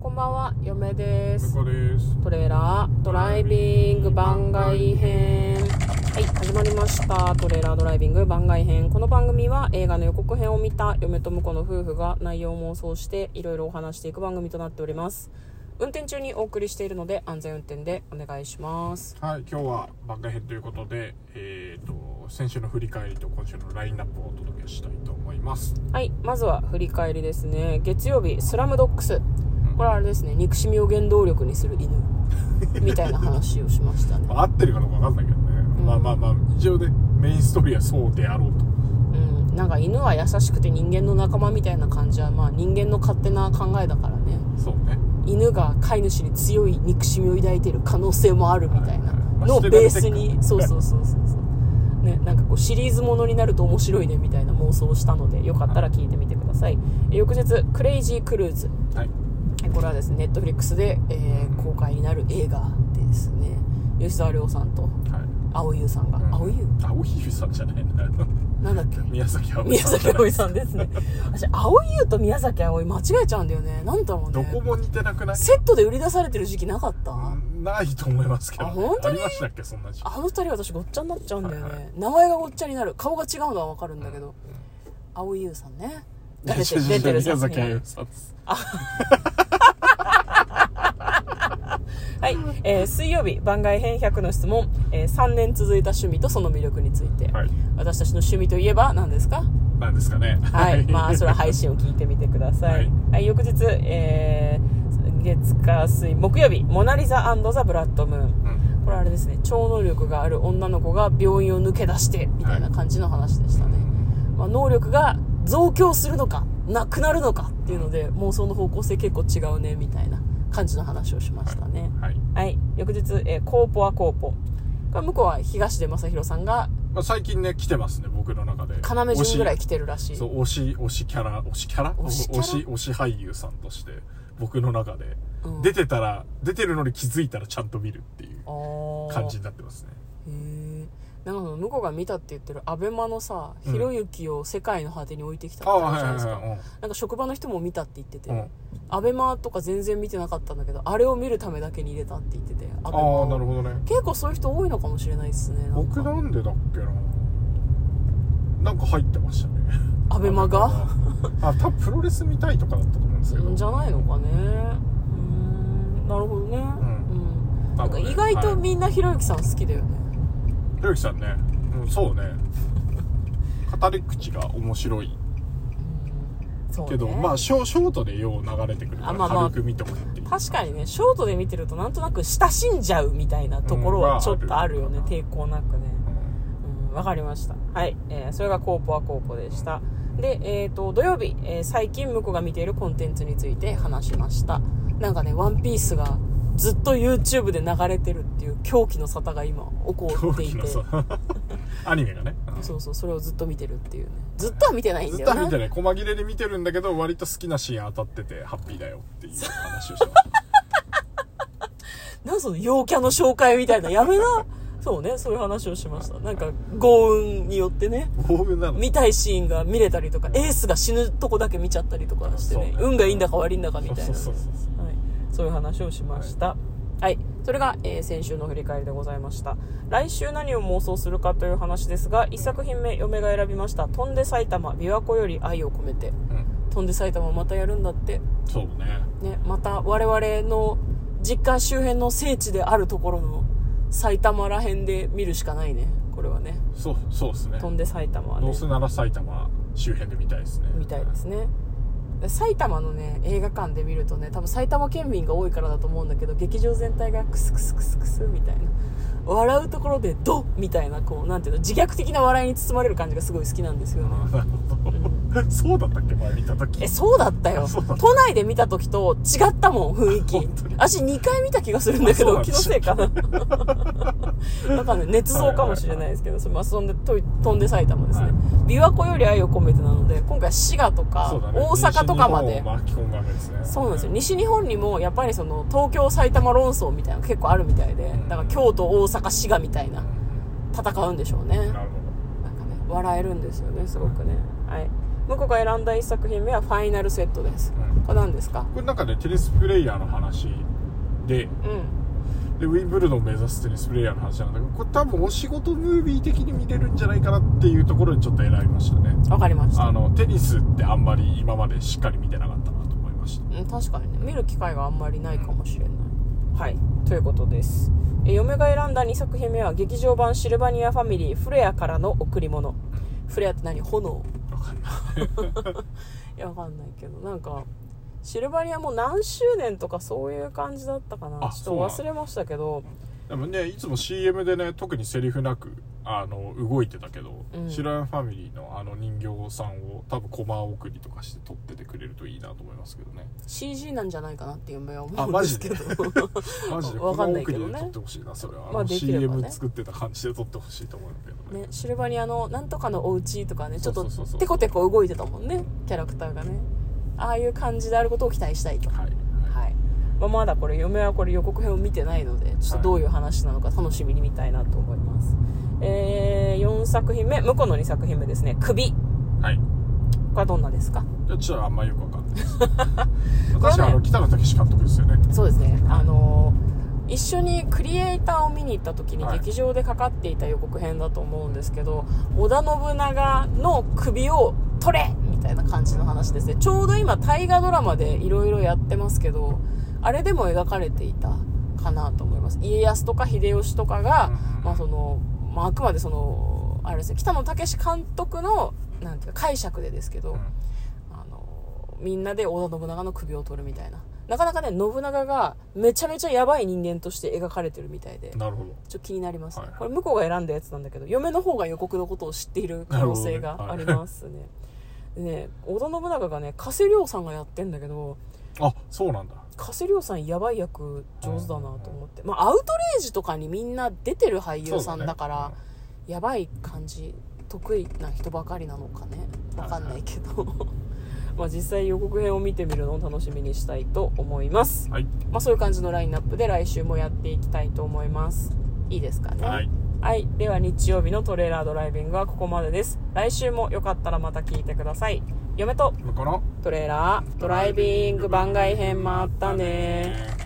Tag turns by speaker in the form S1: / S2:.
S1: こんばんは、嫁です。
S2: 向こうです
S1: トレーラードライビング番外編。はい、始まりました。トレーラードライビング番外編。この番組は映画の予告編を見た嫁と婿の夫婦が内容を妄想していろいろお話していく番組となっております。運転中にお送りしているので安全運転でお願いします。
S2: はい今日は番外編ということでえっ、と先週の振り返りと今週のラインナップをお届けしたいと思います
S1: はい、まずは振り返りですね。月曜日、スラムドックス。これはあれですね、憎しみを原動力にする犬。みたいな話をしましたね。
S2: まあ合ってるかどうかわかんないけどね、
S1: ん
S2: まあまあまあ一応ねメインストーリーはそうであろう
S1: う
S2: と
S1: ん、なんか犬は優しくて人間の仲間みたいな感じは、まあ、人間の勝手な考えだからね
S2: そうね
S1: 犬が飼い主に強い憎しみを抱いている可能性もあるみたいな
S2: はいはいまあ
S1: のを
S2: 捨てら
S1: ベ
S2: れ
S1: ー
S2: てっ
S1: ス
S2: から
S1: にそうそうそうそうそう、ね、なんかこうシリーズものになると面白いねみたいな妄想をしたのでよかったら聞いてみてくださいえ翌日「クレイジークルーズ
S2: はい」
S1: えこれはですねネットフリックスで、えー公開になる映画ですね吉沢亮さんと
S2: はい
S1: 蒼井優さんが
S2: うん
S1: 蒼井優
S2: 青ひゆさんじゃないな
S1: なんだっけ
S2: 宮崎あおい
S1: 宮
S2: さん
S1: 崎
S2: じゃ
S1: あ
S2: ない
S1: おいさんですね私蒼井優と宮崎あおい間違えちゃうんだよねなんだろうね
S2: どこも似てなくない
S1: セットで売り出されてる時期なかった、
S2: ないと思いますけど、
S1: あ本当に
S2: ありましたっけそんな時期
S1: あの二人私ごっちゃになっちゃうんだよね、
S2: はいはい
S1: 名前がごっちゃになる顔が違うのはわかるんだけど蒼井優さんねが出て出てる
S2: 宮
S1: 作
S2: 崎あお
S1: 品
S2: いさんです
S1: はい、えー水曜日番外編100の質問、え3年続いた趣味とその魅力について、
S2: はい
S1: 私たちの趣味といえば何ですか
S2: なんですかね
S1: はい、まあそれは配信を聞いてみてください。は
S2: はいい、
S1: 翌日、えー月火水木曜日モナリザザブラッドムーン。
S2: うん
S1: これあれですね、超能力がある女の子が病院を抜け出してみたいな感じの話でしたね。まあ能力が増強するのかなくなるのかっていうので妄想の方向性結構違うねみたいな感じの話をしましたね。
S2: はい
S1: はい、翌日、えーコーポはコーポ。これ向こうは東出昌大さんが
S2: まあ、最近ね来てますね僕の中で
S1: 要潤ぐらい
S2: 推
S1: 来てるらしい。
S2: しそう推し推しキャラ推しキャラ
S1: 推しキャラ
S2: 推し推し俳優さんとして僕の中で、
S1: うん
S2: 出てたら出てるのに気づいたらちゃんと見るっていう
S1: あー
S2: 感じになってますね
S1: へえなんか向こうが見たって言ってるアベマのさ「
S2: うん
S1: ひろゆきを世界の果てに置いてきた」
S2: あ
S1: っ
S2: あ
S1: てある
S2: は
S1: じ
S2: い
S1: ゃ
S2: は
S1: ない
S2: い
S1: ですか、
S2: は
S1: なんか職場の人も見たって言ってて、
S2: いうん、うん、
S1: アベマとか全然見てなかったんだけどあれを見るためだけに入れたって言っててアベ
S2: ああな
S1: マ
S2: るほどね
S1: 結構そういう人多いのかもしれないですねなんか
S2: 僕なんでだっけななんか入ってましたね
S1: アベマが
S2: あ多分プロレス見たいとかだったと思うんですけど
S1: うんじゃないのかねうーんなるほどね、うんな
S2: な
S1: んか意外とみんなひろゆきさん好きだよね、
S2: ひろゆきさんね、うん、そうね語り口が面白い
S1: うんそうね
S2: けど、まあショショートでよう流れてくるか
S1: あ
S2: ら
S1: まあまあ
S2: 軽く見とくっていう、
S1: 確かにねショートで見てるとなんとなく親しんじゃうみたいなところ
S2: うんま
S1: は
S2: あ
S1: ちょっとあるよね、
S2: ある
S1: 抵抗なくねうんわかりましたはい、えーそれがコーポはコーポでしたで、えー、と土曜日、えー最近向こうが見ているコンテンツについて話しましたなんかね「ワンピースがずっと YouTube で流れてるっていう狂気の沙汰が今起こ
S2: 狂
S1: ってい
S2: 気
S1: て
S2: のさ アニメがね、うん
S1: そうそうそれをずっと見てるっていうねずっとは見てないん
S2: ず
S1: だ
S2: っ
S1: よ
S2: と
S1: な
S2: は見てない細切れで見てるんだけど割と好きなシーン当たっててハッピーだよっていう話をしてま した
S1: なんかその陽キャの紹介みたいなやめなそうねそういう話をしましたなんか幸運によってね
S2: 幸運なの
S1: 見たいシーンが見れたりとか、エースが死ぬとこだけ見ちゃったりとかしてね
S2: そうね
S1: 運がいいんだか悪いんだかみたいな
S2: そうそうそうそう
S1: はい、そういう話をしました、はいそれが、えー先週の振り返りでございました来週何を妄想するかという話ですが1作品目嫁が選びました「飛んで埼玉琵琶湖より愛を込めて」
S2: うん
S1: 飛んで埼玉またやるんだって
S2: そうね
S1: ね、また我々の実家周辺の聖地であるところの埼玉ら辺で見るしかないねこれはね
S2: そうそうですね
S1: 飛んで埼玉は
S2: ど
S1: ね
S2: うせなら埼玉周辺で見たいですね
S1: みたいですねで埼玉のね映画館で見るとね多分埼玉県民が多いからだと思うんだけど劇場全体がクスクスクスクスみたいな笑うところでドッみたいなこうなんていうの自虐的な笑いに包まれる感じがすごい好きなんですよね
S2: あなるほど そうだったっけ前見た時
S1: えそうだったよ
S2: あそうだった
S1: 都内で見た時と違ったもん雰囲気
S2: 本当に
S1: 私2回見た気がするんだけど
S2: あ
S1: 気の
S2: そう
S1: せいかな なんかね捏造かもしれないですけどそれまあそんでと飛んで埼玉ですね、
S2: はい
S1: 琵琶湖より愛を込めてなので今回滋賀とか、
S2: そうだね
S1: 大阪とかま
S2: 西
S1: で
S2: 日本を巻き込むわけですね
S1: そうなんですよ西日本にもやっぱりその東京埼玉論争みたいなの結構あるみたいでだから京都大阪滋賀みたいな
S2: うん
S1: 戦うんでしょうね
S2: なるほど
S1: なんかね笑えるんですよねすごくねはい向こうが選んだ1作品目はファイナルセットです
S2: うん
S1: これ何ですか
S2: これなんかねテニスプレイヤーの話で
S1: うん
S2: でウィンブルドンを目指すテニスプレイヤーの話なんだけどこれ多分お仕事ムービー的に見れるんじゃないかなっていうところにちょっと選びましたね
S1: わかりました
S2: あのテニスってあんまり今までしっかり見てなかったなと思いました
S1: うん確かにね見る機会があんまりないかもしれないはいということですえ嫁が選んだ2作品目は劇場版「シルバニアファミリーフレアからの贈り物」フレアって何炎
S2: わかんない
S1: いやわかんないけどなんかシルバニアも何周年とかそういう感じだったかな
S2: あ
S1: ち
S2: そう
S1: ょ
S2: な
S1: っ
S2: ん
S1: と
S2: だ
S1: 忘れましたけど
S2: でもねいつも CM でね特にセリフなくあの動いてたけど、
S1: うん
S2: シランファミリーのあの人形さんを多分コマ送りとかして撮っててくれるといいなと思いますけどね
S1: CG なんじゃないかなって嫁は思う
S2: あ
S1: ん で
S2: マ
S1: すけ
S2: ジで
S1: ど
S2: マジで
S1: わ
S2: コ
S1: か
S2: マ
S1: んない
S2: 送
S1: け
S2: り
S1: どね
S2: で撮ってほしいなそれは、あ
S1: まあ
S2: の
S1: できればね
S2: CM 作ってた感じで撮ってほしいと思うんだけど
S1: ね、
S2: ね
S1: シルバニアのなんとかのお家とかねちょっと
S2: そうそうそうそう
S1: テコテコ動いてたもんねキャラクターがねああいう感じであることを期待したいと
S2: はい、
S1: はい、まあ、まだこれ嫁はこれ予告編を見てないのでちょっとどういう話なのか楽しみに見たいなと思います、えー、4作品目向こうの2作品目ですね「首」
S2: はい
S1: これはどんなですか
S2: じゃあちょっとあんまよくわかんな いです確かあの北野武監督ですよね
S1: そうですねあのー一緒にクリエイターを見に行った時に
S2: はい
S1: 劇場でかかっていた予告編だと思うんですけど、織田信長の首を取れみたいな感じの話ですねちょうど今大河ドラマでいろいろやってますけどあれでも描かれていたかなと思います家康とか秀吉とかが、
S2: うん
S1: まあそのまあ、あくまでそのあれですね北野武監督のなんていうか解釈でですけど、あのみんなで織田信長の首を取るみたいななかなかね信長がめちゃめちゃやばい人間として描かれてるみたいで
S2: うんなるほど
S1: ちょっと気になりますね、
S2: はい
S1: これ向こうが選んだやつなんだけど嫁の方が予告のことを知っている可能性
S2: なるほ
S1: があ
S2: ど
S1: り
S2: ね
S1: ますねでね織田信長がね加瀬亮さんがやってんだけど
S2: あそうなんだ
S1: 加瀬亮さんやばい役上手だなと思って、まあ、アウトレイジとかにみんな出てる俳優さんだから
S2: そうだね
S1: やばい感じ得意な人ばかりなのかねわかんないけど まあ実際予告編を見てみるのを楽しみにしたいと思います
S2: うんはい
S1: まあそういう感じのラインナップで来週もやっていきたいと思いますいいですかね
S2: はい、
S1: はいでは日曜日のトレーラードライビングはここまでです来週もよかったらまた聞いてください嫁と
S2: 向こうの
S1: トレーラードライビング番外編もあったね
S2: ー